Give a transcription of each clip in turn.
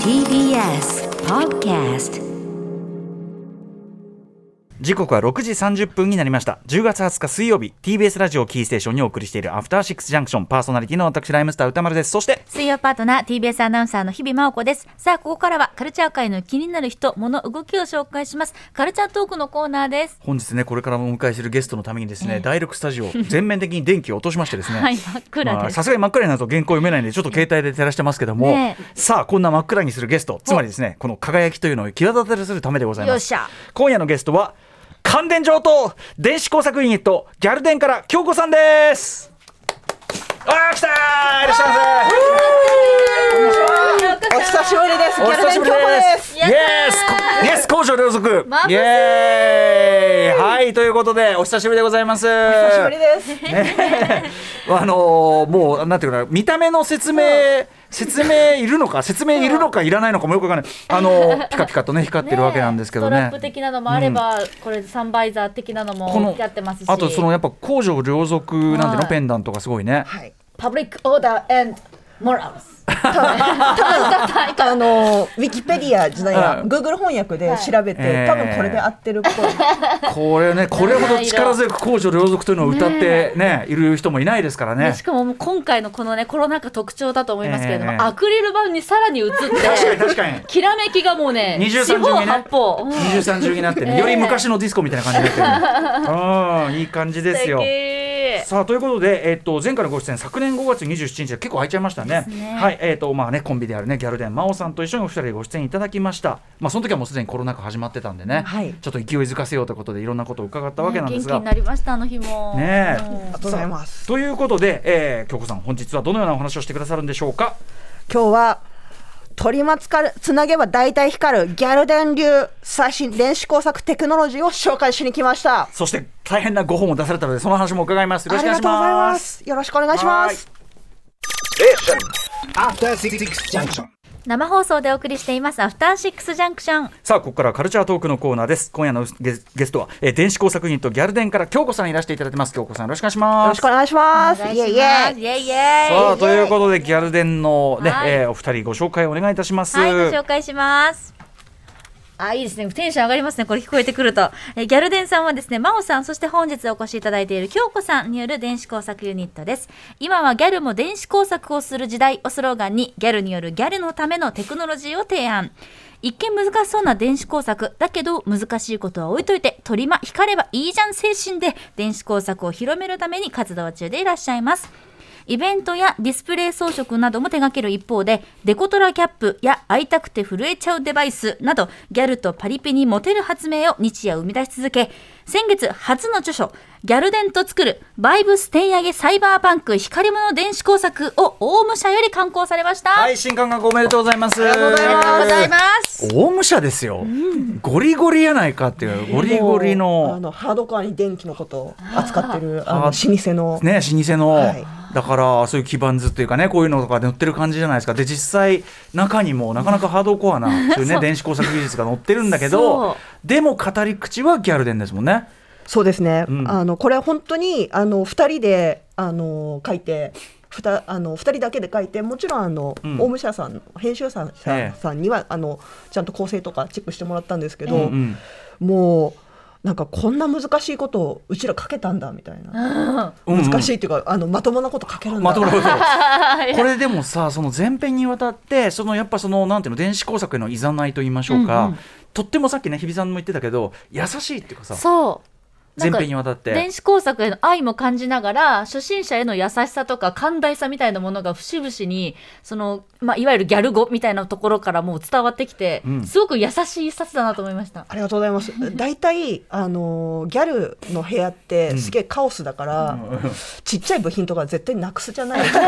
TBS Podcast 時刻は6時30分になりました10月20日水曜日 TBS ラジオキーステーションにお送りしているアフターシックスジャンクションパーソナリティの私ライムスター歌丸ですそして水曜パートナー TBS アナウンサーの日々真央子ですさあここからはカルチャー界の気になる人物動きを紹介しますカルチャートークのコーナーです本日ねこれからもお迎えするゲストのためにですね、第6スタジオ全面的に電気を落としましてですねはい真っ暗ですまあさすがに真っ暗になると原稿読めないんでちょっと携帯で照らしてますけども、ねえさあこんな真っ暗にするゲストつまりですねこの輝きというのを際立たせるためでございまよすっしゃ今夜のゲストは乾電上等電子工作ユニットギャルデンから京子さんですあー来たーいらっしゃいまお久しぶりです。せお久しぶりですイギャルデン京子ですエスイエス工場両足マブスイエーイはいということでお久しぶりでございますお久しぶりです。あのーもうなんていうかな見た目の説明説明いるのか説明いるのかいらないのかもよくわかんないあのーピカピカとね光ってるわけなんですけどストねラップ的なのもあれば、これサンバイザー的なのこのもやってますしあとそのやっぱ工場両属なんてはのいペンダントがすごいねはい。パブリックオーダー and モラルス あのウィキペディアじゃないや、うん Google 翻訳で調べて、はいえー多分これで合ってるっ ぽい。これねこれほど力強く工場両属というのを歌ってねいる人もいないですからねしかももう今回のこのねコロナ禍特徴だと思いますけれども、ええアクリル板にさらに映って確かにきらめきがもうね二重四三重方にね八方、うん二重三重になってねええより昔のディスコみたいな感じになってる うんいい感じですよ素敵さあということで、えっと前回のご出演昨年5月27日で結構空いちゃいましたねですねはいえっとまあねコンビであるねギャルデン真央さんと一緒にお二人でご出演いただきましたまあその時はもうすでにコロナ禍始まってたんでね、はいちょっと勢いづかせようということでいろんなことを伺ったわけなんで元す気が、になりましたあの日もねえうんありがとうございます。ということで、えー、京子さん本日はどのようなお話をしてくださるんでしょうか今日は取りまつかるつなげば大体光るギャルデン流最新電子工作テクノロジーを紹介しに来ました。そして大変なご本を出されたのでその話も伺いますよろあしくりお願がいしとうございまますす。よろしくお願いしまはいす。 After Six Six Junction. 生放送でお送りしていますアフターシックスジャンクションさあここからはカルチャートークのコーナーです今夜のゲスゲストは、えー、電子工作ユニットギャルデンから京子さんいらしていただいてます京子さんよろしくお願いしますよろしくお願いします。イエイイエイ。イエイイエイさあということでギャルデンのね、はいえーお二人ご紹介お願いいたします。はい、ご紹介します。あ、いいですね。テンション上がりますね。これ聞こえてくると。えーギャルデンさんはですね、真央さん、そして本日お越しいただいている京子さんによる電子工作ユニットです。今はギャルも電子工作をする時代をスローガンに、ギャルによるギャルのためのテクノロジーを提案。一見難しそうな電子工作だけど難しいことは置いといて取りま光ればいいじゃん精神で電子工作を広めるために活動中でいらっしゃいますイベントやディスプレイ装飾なども手掛ける一方で、デコトラキャップや会いたくて震えちゃうデバイスなど、ギャルとパリピにモテる発明を日夜生み出し続け、先月初の著書、ギャルデンと作るバイブス転上げサイバーパンク光り物電子工作を大武社より刊行されました。はい新感覚おめでとうございます。ありがとうおめでとうございます。大武者ですよ、ゴリゴリやないかっていうゴリゴリもうあののハードコアに電気のことを扱ってるあの老舗の。ね老舗の、はいだからそういう基盤図っていうかねこういうのとかで載ってる感じじゃないですかで実際中にもなかなかハードコアな、そういうね電子工作技術が載ってるんだけそどうでも語り口はギャルデンですもんね。そうですね、んあのこれ本当にあの2人であの書いてふたあの2人だけで書いてもちろんあの、ん大武者さん編集者さん,、ええさんにはあのちゃんと構成とかチェックしてもらったんですけど、うんもうなんかこんな難しいことをうちら書けたんだみたいな、うんうん難しいっていうかあのまともなこと書けるんだまともな こといこれでもさその前編にわたってそのやっぱそのなんていうの電子工作へのいざないと言いましょうか、うんうんとってもさっきね日比さんも言ってたけど優しいっていうかさそう。な前んか編にわたって電子工作への愛も感じながら初心者への優しさとか寛大さみたいなものが節々にその、まあ、いわゆるギャル語みたいなところからもう伝わってきて、うんすごく優しい一冊だなと思いました。ありがとうございます。大体あのギャルの部屋ってすげえカオスだから、ちっちゃい部品とか絶対なくすじゃないですか。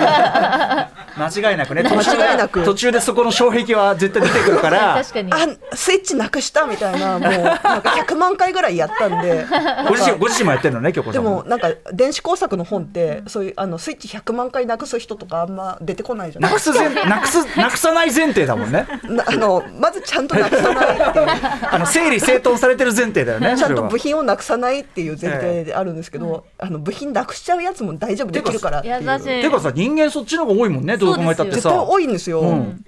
間違いなくね間違いなく途中でそこの障壁は絶対出てくるか ら確かに あスイッチなくしたみたいなもうなんか100万回ぐらいやったんでご自身ご自身もやってるのね京子でさんもなんか電子工作の本ってそういうあのスイッチ100万回なくす人とかあんま出てこないじゃなないくす前なくすなくさない前提だもんねなあのまずちゃんとなくさないっていう あの整理整頓されてる前提だよね ちゃそんとれは部品をなくさないっていう前提であるんですけど、あの部品なくしちゃうやつも大丈夫できるからっていう優しいてかさ人間そっちの方が多いもんねどう考えたって絶さ対多いんですよ、うん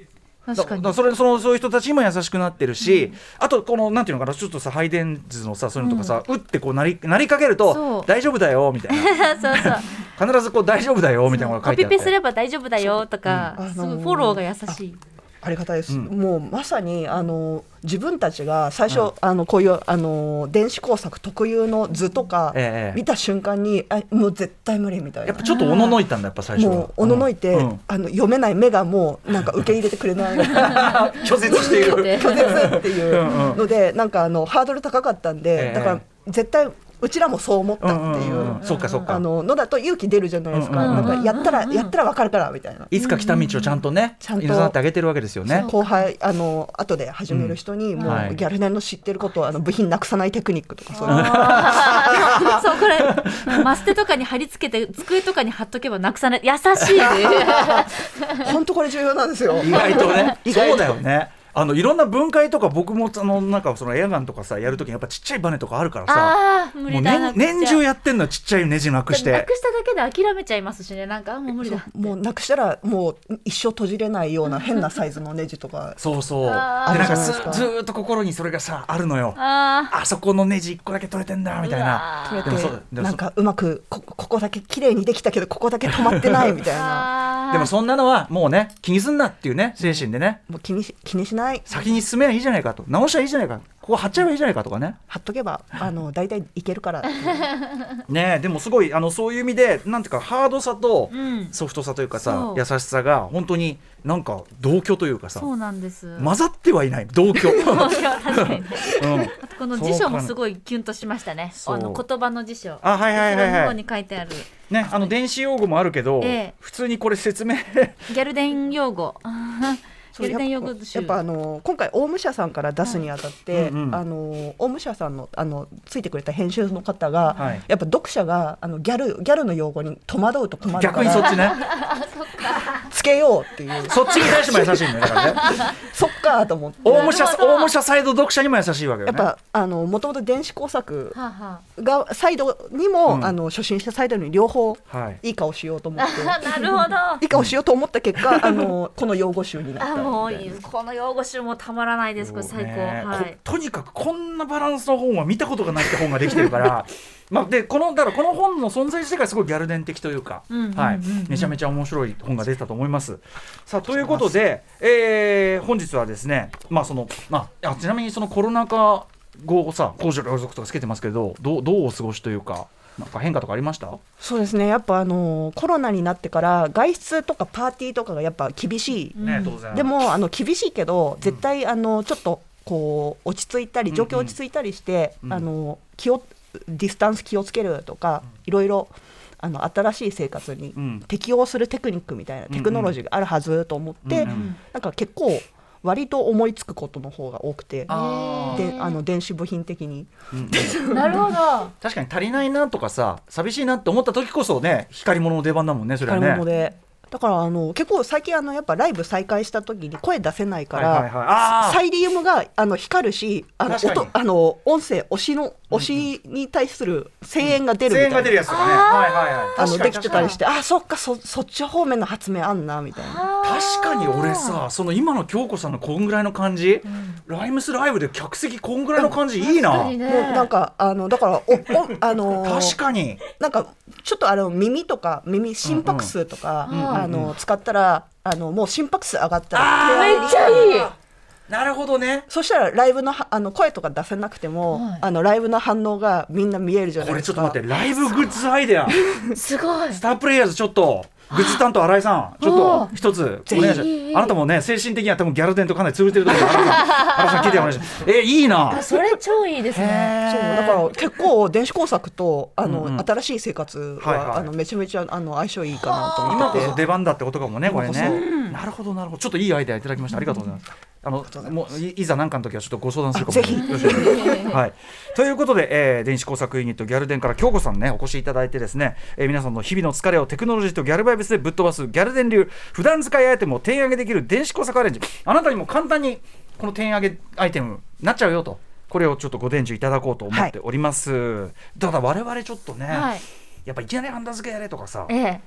だ確かだにらそれそのそういう人たちにも優しくなってるし、あとこのなんていうのかなちょっとさ配電図のさそういうのとかさ、うってこうなりなりかけるそうと大丈夫だよみたい そうそうな必ずこう大丈夫だよみたいなのが書コいてピあってペすれば大丈夫だよとか、そううんすごいあのーフォローが優しい。ありがたいです、うんもうまさにあの自分たちが最初、あのこういうあの電子工作特有の図とかええ見た瞬間に、あもう絶対無理みたいやなっぱ。ちょっとおののいたんだやっぱ最初はもうおののいて、うんうんあの読めない目がもうなんか受け入れてく れない拒拒絶しているで 絶っていううんうんのでなんかあのハードル高かったんで、ええだから絶対うちらもそう思ったうんうっんていう,、うんうんそうかそうか、あののだと勇気出るじゃないですか,、うんうんうんなんかやったら、やったらわかるからみたいな。いつか来た道をちゃんとね、ちゃんと犬さんだってあげてるわけですよね。後輩あの後で始める人に、もう、はいギャルネの知ってることをあの部品なくさないテクニックとかそういうあーそうこれマステとかに貼り付けて机とかに貼っとけばなくさない優しいね。本当これ重要なんですよ。意外とね意外そうだよねあのいろんな分解とか僕もそのなんかそのエアガンとかさやるときにやっぱちっちゃいバネとかあるからさああ無も理うだな年年中ややってんのちっちゃいネジなくしてなくしただけで諦めちゃいますしねなんかあもう無理だ。もうなくしたらもう一生閉じれないような変なサイズのネジと かそうそうであーなんかあするじゃないですかずーっと心にそれがさあるのよああそこのネジ1個だけ取れてんだみたいなう取れでもそうてでもなそんかうまくこここだけ綺麗にできたけどここだけ止まってないみたいあなあーでもそんなのはもうね気にすんなっていうね精神でねもう気にし気にしない先に進めばいいじゃないかと直しゃいいじゃないかここ貼っちゃえばいいじゃないかとかね貼っとけばあの大体いけるからっていうねえでもすごいあのそういう意味でなんていうかハードさとうんソフトさというかさ、そう優しさが本当になんか同居というかさそうなんです。混ざってはいない同居、うん、いや確かにこの辞書もすごいキュンとしましたね。そうあの言葉の辞書。あはいはいはい後ろのは方いに書いてあるねあの電子用語もあるけど、ええ普通にこれ説明ギャルデン用語。ギそャうルやデン用っぱ語集。やっぱあの今回オウム社さんから出すにあたって、うんうんあのオウム社さんのあのついてくれた編集の方が、はいやっぱ読者があのギャルギャルの用語に戸惑うと困るか逆にそっらちねつけようっていうそっちに対しても優しいんだよだからね そっかと思って大武者なるほど大武者サイド読者にも優しいわけよやねっぱあのもともと電子工作はあはがサイドにも、うんあの初心者サイドに両方はいいい顔しようと思って、あ。なるほど。い、い顔しようと思った 結果あのこの用語集になったあみたいなもういいこの用語集もたまらないです。これ最高。ねはこい。とにかくこんなバランスの本は見たことがないって本ができてるから まあでこのだからこの本の存在自体がすごいギャルデン的というか、うんうんうんうんはい、めちゃめちゃ面白い本が出てたと思います。さあということで、えー本日はですね、まあそのまああちなみにそのコロナ禍後さ工場の続とかつけてますけどどうどうお過ごしというかなんか変化とかありました？そうですねやっぱあのコロナになってから外出とかパーティーとかがやっぱ厳しい、ね当然でもあの厳しいけど絶対あのちょっとこう落ち着いたり状況落ち着いたりして、うんうんあの気をディスタンス気をつけるとか、いろいろあの新しい生活にうん適応するテクニックみたいなうんテクノロジーがあるはずと思って、うんうんなんか結構割と思いつくことの方が多くて。あであの電子部品的になるほど。確かに足りないなとかさ寂しいなって思った時こそね光り物の出番だもんねそれは買いね。物で。だからあの結構最近あのやっぱライブ再開した時に声出せないから、はいはいはいあーサイリウムがあの光るしあの確かに音あの音声推しの推しに対する声援が出るみ声援たいな、が出るやつとかね。はいはいはい。あ確のかにできてたりしてあそっかそそっち方面の発明あんなみたいな確かに俺さその今の京子さんのこんぐらいの感じ、ライムスライブで客席こんぐらいの感じいいなにねもうなんかあのだからおおあのー確かになんかちょっとあの耳とか耳心拍数とか、んうんあの使ったらあのもう心拍数上がったらあーめっちゃいいなるほどねそしたらライブのはあの声とか出せなくても、はいあのライブの反応がみんな見えるじゃなこいれでちょっすか。と待ってライブグッズアイデアすごいス。タープレイヤーズちょっとグッズ担当新井さんちょっおとー一つお願いしまいいいすいあなたもね精神的には多分ギャルデンとかなり潰れてると思うから新井さん新井さん聞いてお願いしますえいいなあそれ超いいですね。そうだから結構電子工作とあの、うんうん新しい生活は、はいはいあのめちゃめちゃあの相性いいかなと思今っこててそ出番だってことかもねこれ今こねなるほどなるほどちょっといいアイデアいただきましたありがとうございますあのもういいざ何かの時はちょっとご相談するかもあぜひよろしくお願いしますはい、ということで、えー電子工作ユニットギャルデンから京子さんねお越しいただいてですね、えー皆さんの日々の疲れをテクノロジーとギャルバイブスでぶっ飛ばすギャルデン流普段使いアイテムを点上げできる電子工作アレンジあなたにも簡単にこの点上げアイテムになっちゃうよとこれをちょっとご伝授いただこうと思っております、ただ我々ちょっとね、はいやっぱいきなりハンダ付けやれとかさええ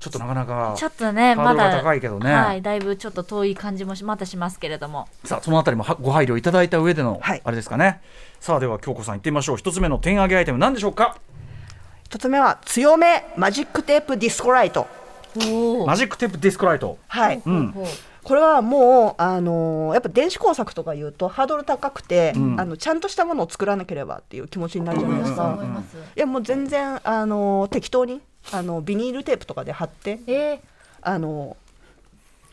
ちょっとなかなかちょっとねハードまルがだ高いけどねはい、だいぶちょっと遠い感じもしまたしますけれどもさあそのあたりもはご配慮いただいた上でのはいあれですかね、さあでは京子さん行ってみましょう一つ目の点上げアイテム何でしょうか一つ目は強めマジックテープディスコライトおマジックテープディスクライトはいうんこれはもう、あのーやっぱ電子工作とか言うとハードル高くて、んあのちゃんとしたものを作らなければっていう気持ちになるじゃないですか、思います、いやもう全然、あのー適当にあのビニールテープとかで貼って、えあの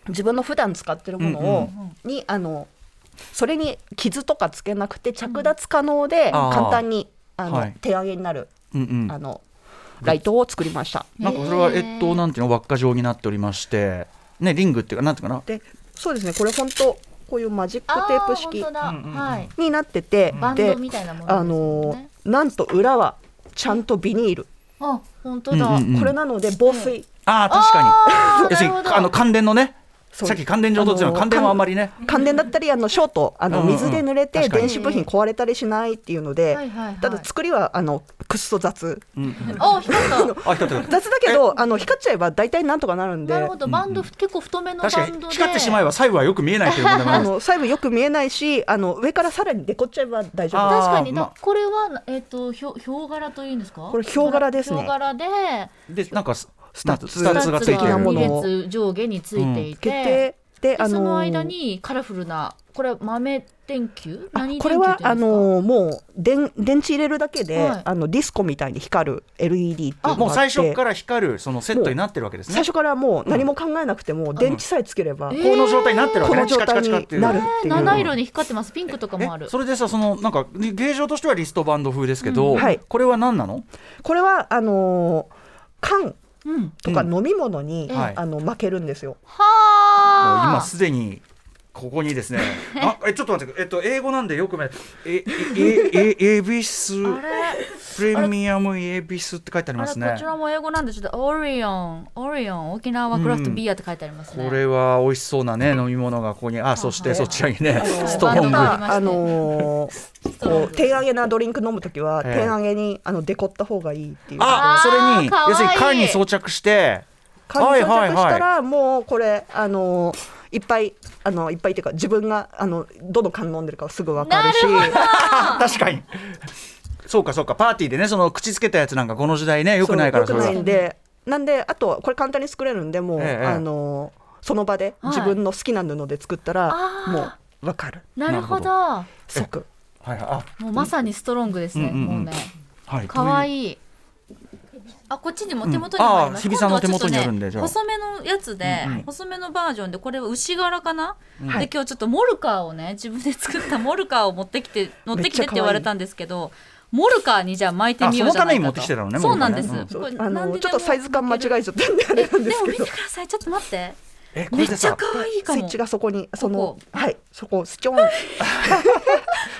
ー自分の普段使ってるものを、にあのそれに傷とかつけなくて着脱可能であー簡単にあの、はい手上げになるうんうんあのライトを作りました。なんかそれはへーえっとなんていうの輪っか状になっておりましてねリングっていうかなんていうかなでそうですねこれ本当こういうマジッあクテープ式本当だ、うんうんうんはいになってて、バンドでみたいなものですあよのーねなんと裏はちゃんとビニール、あ本当だ、うんうんうんこれなので防水、ああ確かあにー要するなにるほどあの乾電のねそうさっき乾電上とっていうのはあ乾の電はあんまりね感電だったりあのショートあうのんうんうん水で濡れて確かに電子部品壊れたりしないっていうので、はいはいはいただ作りはあのくっそ雑うんうんお光 ったあ光ってる雑だけどあの光っちゃえば大体なんとかなるんでなるほどバンド、結構太めのバン確ドでかに光ってしまえば細部はよく見えないという問題もあありますの細部よく見えないしあの上からさらにデコっちゃえば大丈夫あで確かにだ、まこれはえっ、とひょヒョウ柄というんですかこれヒョウ柄ですねヒョウ柄ででなんかススタッツスタッツがついて的なものるを2列上下についていすて、でであのその間にカラフルなこれは豆電球あ何電球これはっていあうんですかのもう電電池入れるだけで、はいあのディスコみたいに光る LED っていうのがあってもう最初から光るそのセットになってるわけですね最初からもう何も考えなくても、電池さえつければ、えこの状態になってるわこけのねチ状カチカ態チカっていにうなるっていうね七色に光ってますピンクとかもあえるそれでさそのなんか形状としてはリストバンド風ですけど、うんはいこれは何なのこれはあのー缶うんとかうん飲み物に、はいあの負けるんですよ。もう今はあすでにここにですねあえちょっと待ってえっと英語なんでよくめええええエビスあれプレミアムエビスって書いてありあまれすねこちらも英語なんでちょっとオリオンオリオン沖縄クラフトビアって書いてありますね、これは美味しそうなね飲み物がここにあそしてそちらにねのストバンドーがンがまああのーこう手上げなドリンク飲むときは、ええ手上げにあのデコった方がいいっていう。あそれあーにかわいい要するに缶に装着して缶に装はい着しはたいはらもうこれあのーいっぱいあのいっぱいっていうか自分があのどの缶飲んでるかすぐわかるし。確かにそうかそうかパーティーでねその口つけたやつなんかこの時代ねよくないからそうれ良くはないんでなんであとこれ簡単に作れるんでもう、ええあのその場ではい自分の好きな布で作ったら、あーもうわかるなるほど即はいはいあもうまさにストロングですね、うんうんうんもうねはいかわいいい。あこっちにも手元にもあります。うんあー日比さんの手元にあるんで今度はちょっとね細めのやつで、うんうん細めのバージョンでこれは牛柄かな、はでい今日ちょっとモルカーをね自分で作ったモルカーを持って きて持ってきてって言われたんですけど。モルカーにじゃあ巻いてみようじゃないかとあそのために持ってきてたのねそうなんです、モルカそうこれあ何のにでちょっもとサイズ感間違えちゃったんであれなんでですもけ見てどくださいちょっと待ってえこめれっでちゃさ可愛いかスイッもチがそこにそのこはいそこをスチョン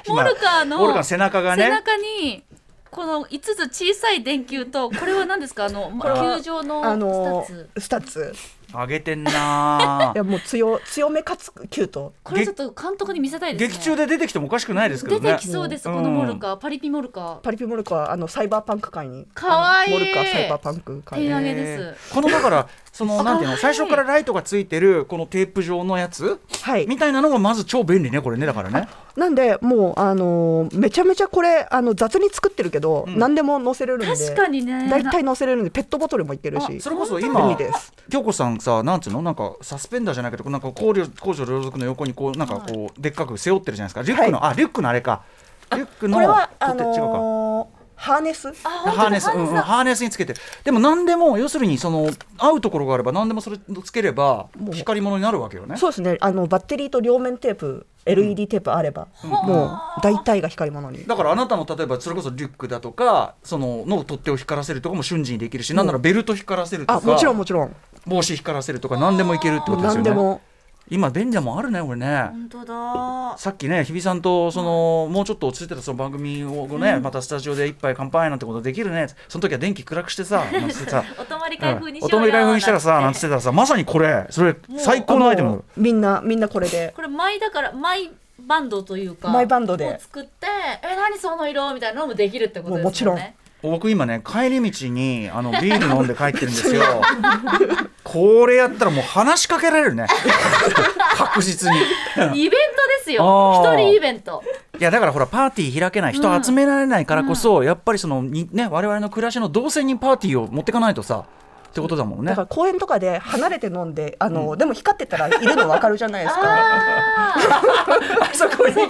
モルカーのモルカーの背中がね背中にこの5つ小さい電球とこれは何ですかあのまれは球状のあ2のつスタッツ上げてんなあ いやもう強強めかつキュートこれちょっと監督に見せたいですね劇中で出てきてもおかしくないですけど出ねてきそうです、このモルカーパリピモルカーパリピモルカはあのサイバーパンク界にかわいいあのモルカサイバーパンク界手に上げです、このだからそのなんていうの可愛最い初からライトがついてるこのテープ状のやつはいみたいなのがまず超便利ねこれねだからねなんでもうあのーめちゃめちゃこれあの雑に作ってるけど、何でも載せれるんで確かにね大体載せれるんでペットボトルもいけるしそれこそ便利今です京子さんさなんていうのなんかサスペンダーじゃないけどなんか工場工場両属の横にこうなんかこうでっかく背負ってるじゃないですかリュックのあリュックのあれかリュックのこれは取あって違うかのーハーネスあ本当だハーネス、うんうん、ハーネスにつけて、でも何でも要するにその合うところがあれば何でもそれつければもう光り物になるわけよね。そうですねあのバッテリーと両面テープ LED テープあれば、もう大体が光り物にだからあなたの例えばそれこそリュックだとかそのの取っ手を光らせるとかも瞬時にできるし、なんならベルト光らせるとあか、もちろんもちろん帽子光らせるとか何でもいけるってこもとうですよね。何でも今便利なもんあるね俺ね本当ださっきね日比さんとそのもうちょっと落ち着いてたその番組をね、またスタジオで一杯乾杯なんてことできるねその時は電気暗くしてさなんつってさお泊まり開封にしよおうよ泊まり開封にしたらさなんつっててたらさまさにこれそれ最高のアイテムだよみんなみんなこれでこれ毎だから毎バンドというかマイバンドでを作ってえ何その色みたいなのもできるってことですもうもちろんね僕今ね帰り道にあのビール飲んで帰ってるんですよ これやったらもう話しかけられるね 確実にイベントですよあ一ー人イベントいやだからほらパーティー開けない人集められないからこそ、やっぱりそのにね我々の暮らしの動線にパーティーを持ってかないとさってことだもんねだから公園とかで離れて飲んであの、でも光ってたらいるの分かるじゃないで すかあーあそこにそこにいるってあそこにめっ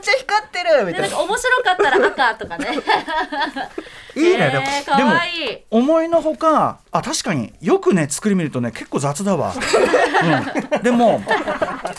ちゃ光ってるでみたなんいなか面白かったら赤とかねいいね、えーでもかわいいでも思いのほかあ確かによくね作り見るとね結構雑だ わ、うん、でも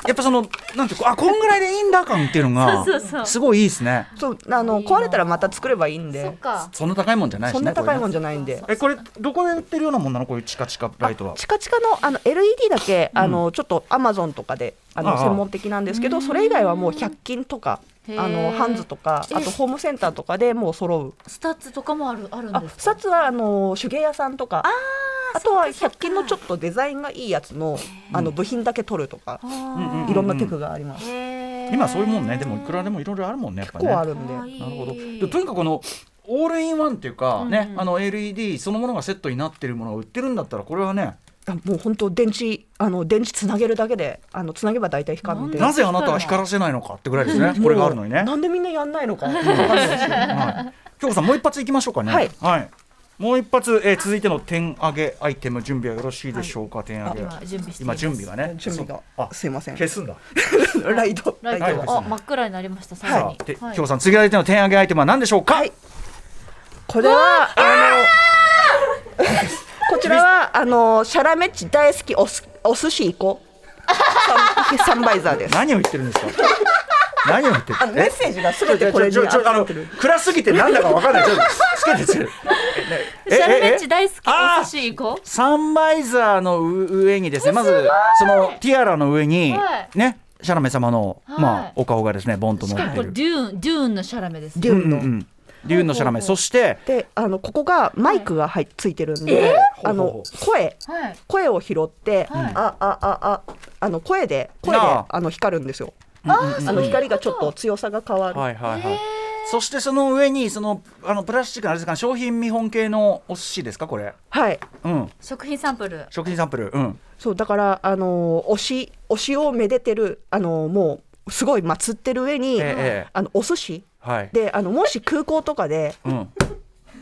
やっぱそのなんていうかあこんぐらいでいいんだ感っていうのがそうそうそうすごいいいですねそうあの壊れたらまた作ればいいんそでっかそんな高いもんじゃないしねそんな高いもんじじゃないんでゃえこれどこで売ってるようなもんなのこういうチカチカライトはチカチカのあの LED だけあの、ちょっとアマゾンとかであのああ専門的なんですけどそれ以外はもう100均とかへえあのハンズとかえあとホームセンターとかでもう揃うスタッツとかもあるあるんあです2かつはあの手芸屋さんとかあとは100均のちょっとデザインがいいやつのあの部品だけ取るとかあうんうんーいろんなテクがありますへー今そういうもんねでもいくらでもいろいろあるもんねやっぱ結ね構あるんでかわいいなるほどでとにかくこのオールインワンっていうか、ねあの LED そのものがセットになってるものが売ってるんだったらこれはねあもう本当電池あの電池つなげるだけであのつなげば大体光るんでなぜあなたは光らせないのかってぐらいですねこれがあるのにねもうなんでみんなやんないのかわかんないですよはい、京子さんもう一発いきましょうかね。はいもう一発、えー続いての点上げアイテム準備はよろしいでしょうか、点上げ今準備してい今ます準備がね準備がそうあすいません消すんだ ライトライはトいがあ真っ暗になりました最後さにあで京はい子さん次の相手の点上げアイテムは何でしょうか、はいこれはあの こちらはあのシャラメッチ大好きおすお寿司行こうサンサンバイザーです何を言ってるんです か何を言ってるあのメッセージが全てこれにちょちょちょあの暗すぎてなんだかわかんないちょっとつけてつけてえシャルえメえッチ大好きあーお寿司行こうサンバイザーのう上にですねまずそのティアラの上に、はねシャラメ様の、はいまあお顔がですねボンと乗っしかもてこれるデューンデューンのシャラメですねデューンの、うんうん、竜のシャラメ、そして、であのここがマイクが入っついてるんで、あほうほうほの声はい声を拾って、はいあああああの声で声でああの光るんですよ。あーあの光がちょっと強さが変わる。はいはいはい。そしてその上にそのあのプラスチックのあれですか商品見本系のお寿司ですかこれ。はい。うん。食品サンプル食品サンプル。うん。そうだからあの推し推しをめでてるあのもうすごい祀ってる上えに、えええあのお寿司はい。であのもし空港とかで。うん。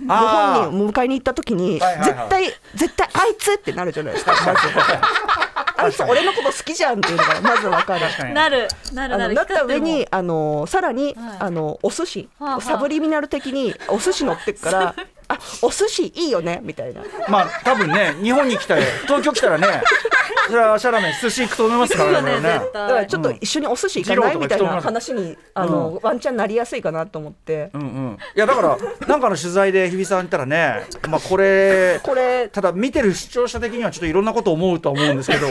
ごあ本人を迎えに行った時に、はいはいはい絶対絶対あいつってなるじゃないですか。まずあいつ俺のこと好きじゃんっていうのがまずわかる。あ。なるなるあなのるなった光って上るもんにあのさらに、はいあのお寿司、はあはあサブリミナル的にお寿司乗ってくから あお寿司いいよねみたいなまあ多分ね日本に来たら東京来た らね。それはシャラメ寿司行くと思いますからね。そうこ絶れだから対ちょっと一緒にお寿司行かない、うんみたい二郎となか行話にあの、ワンチャンなりやすいかなと思って、うんうん。いやだからなんかの取材で日比さん言ったらね、 まあこれ。これただ見てる視聴者的にはちょっといろんなこと思うとは思うんですけど、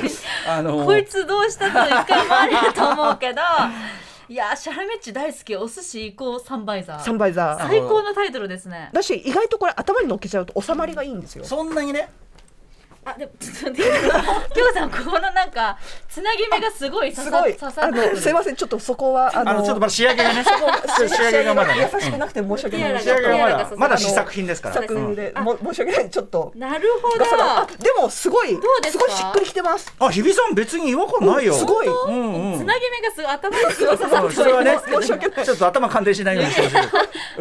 あのこいつどうしたと一回思われると思うけどいやシャラメッチ大好きお寿司行こうサンバイザサーンバイザー最高のタイトルですねだし意外とこれ頭に乗っけちゃうと収まりがいいんですよそんなにね、あでもちょっと待ってきょうさんここのなんかつなぎ目がすごい刺すさごい刺さあのすいませんちょっとそこはあのあのちょっとまだ仕上げ がね、仕上げがまだね。優しくなくて申し訳ないうんで仕すけ上どげはまだそうまだ試作品ですから。そうですね作うんでも申し訳ないちょっとなるほどガサガサあでもすごいどうですすかごいしっくりきてますあ、日比さん別に違和感ないよ。すごいうんうん。つなぎ目がすごい頭にすごい刺さってうんそれはね、申し訳ないちょっと頭感電しないようにしてほしいけ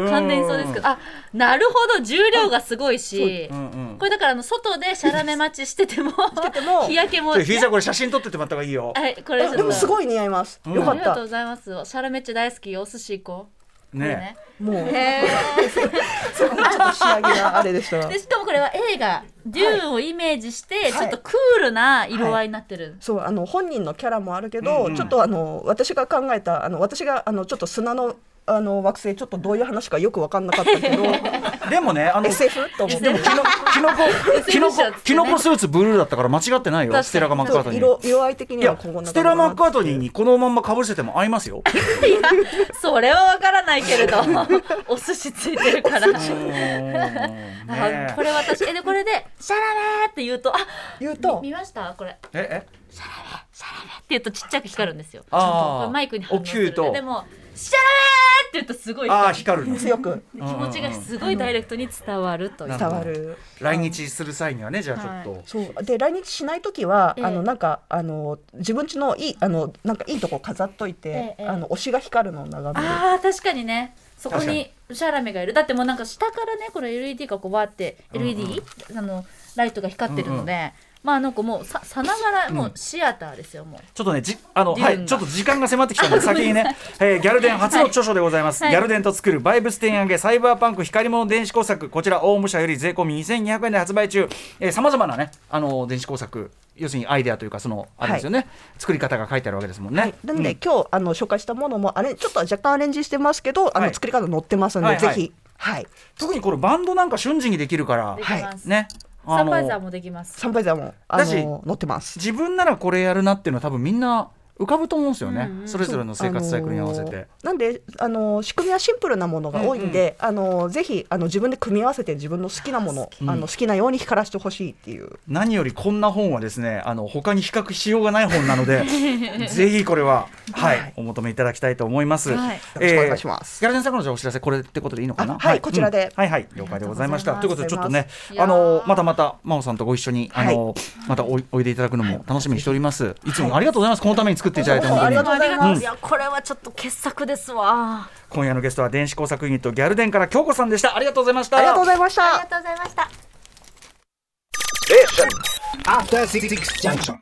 ど。関連そうですけどあなるほど重量がすごいし、うんうんこれだからあの外でシャラメ待ちしててもても日焼けも、うん。日比さんこれ写真撮っててもらった方がいいよ。はいこれちょっとでもすごい似合います。よかあっりがとうたご。ざいますシャラメッチ大好きお寿司行こうこれね。もう、へそこがちょっと仕上げがあれでしたーわで。しかもこれは映画「デューン」をイメージして、ちょっとクールな色合いになってる、そうあの本人のキャラもあるけど、うんうんちょっとあの私が考えたあの私があのちょっと砂のあの惑星ちょっとどういう話かよく分かんなかったけ どでもねあの SF と思っでてもキノキノコキノコシャツねキノコスーツブルーだったから間違ってな確いかよにステラがマッカートニー色色合い的いにはやここんなステラ・マッカートトニーにこのまんまかぶせても合いますよそれはわからないけれどお寿司ついてるから、うーんねえあこれ私えでこれで「シャラメ!」って言うと「あ言うと見見ましたこれ」ってええ言うとちっちゃく光るんですよあーこれマイクに反応すおキュるーとでも「シャラメ!」って言うとすごいああ光る光るの強く 気気持ちがすごいダイレクトに伝わるというな伝わる来日する際にはねじゃあちょっとそうで来日しない時は、ええあのなんかあの自分家のいいあのなんかいいとこ飾っといてえ、えあの推しが光るのを眺めるあー確かにねそこ確かにシャラメがいるだってもうなんか下からねこれ LED がこうわーってうんうん LED、あのライトが光ってるので、まあなんかもうささながらもうシアターですよ、もうちょっとねじあのディはルンがいちょっと時間が迫ってき たので先にね、えーギャルデン初の著書でございます、はいギャルデンと作るバイブステン上げサイバーパンク光り物電子工作こちら大武者より税込み2200円で発売中さまざまなねあの電子工作要するにアイデアというかそのあれですよね、作り方が書いてあるわけですもんね。なんで、うん今日あの紹介したものもあれちょっと若干アレンジしてますけど、あはいの作り方載ってますので、はいはいぜひはい特にこれバンドなんか瞬時にできるからできます、ねサあンバイザーのもできますサンバイザーもあだしの載ってます。自分ならこれやるなっていうのは多分みんな浮かぶと思うんですよね、うんうんそれぞれの生活サイクルに合わせて。あのーなんで、あのー仕組みはシンプルなものが多いんで、あのーぜひあの自分で組み合わせて自分の好きなもの、うんあの好きなように光らせてほしいっていう。何よりこんな本はですねあの他に比較しようがない本な のでぜひこれは、はいはいお求めいただきたいと思います、はいよろしくお願いしますギャラデンさんからのじゃあお知らせこれってことでいいのかなあはいこちらでうんはいはい了解でございましたあといりうがこととうでごちざょいっとねいますやーあのまたまた真央さんとご一緒にあの、またおいおいでいただくのも楽しみにしております、い、つもありがとうございますこのために作っていただいて本当ありにがとうございますうんいやこれはちょっと傑作ですわ今夜のゲストは電子工作ユニットギャルデンから京子さんでしたありがとうございましたありがとうございました。ありがとうございました After Six Junction.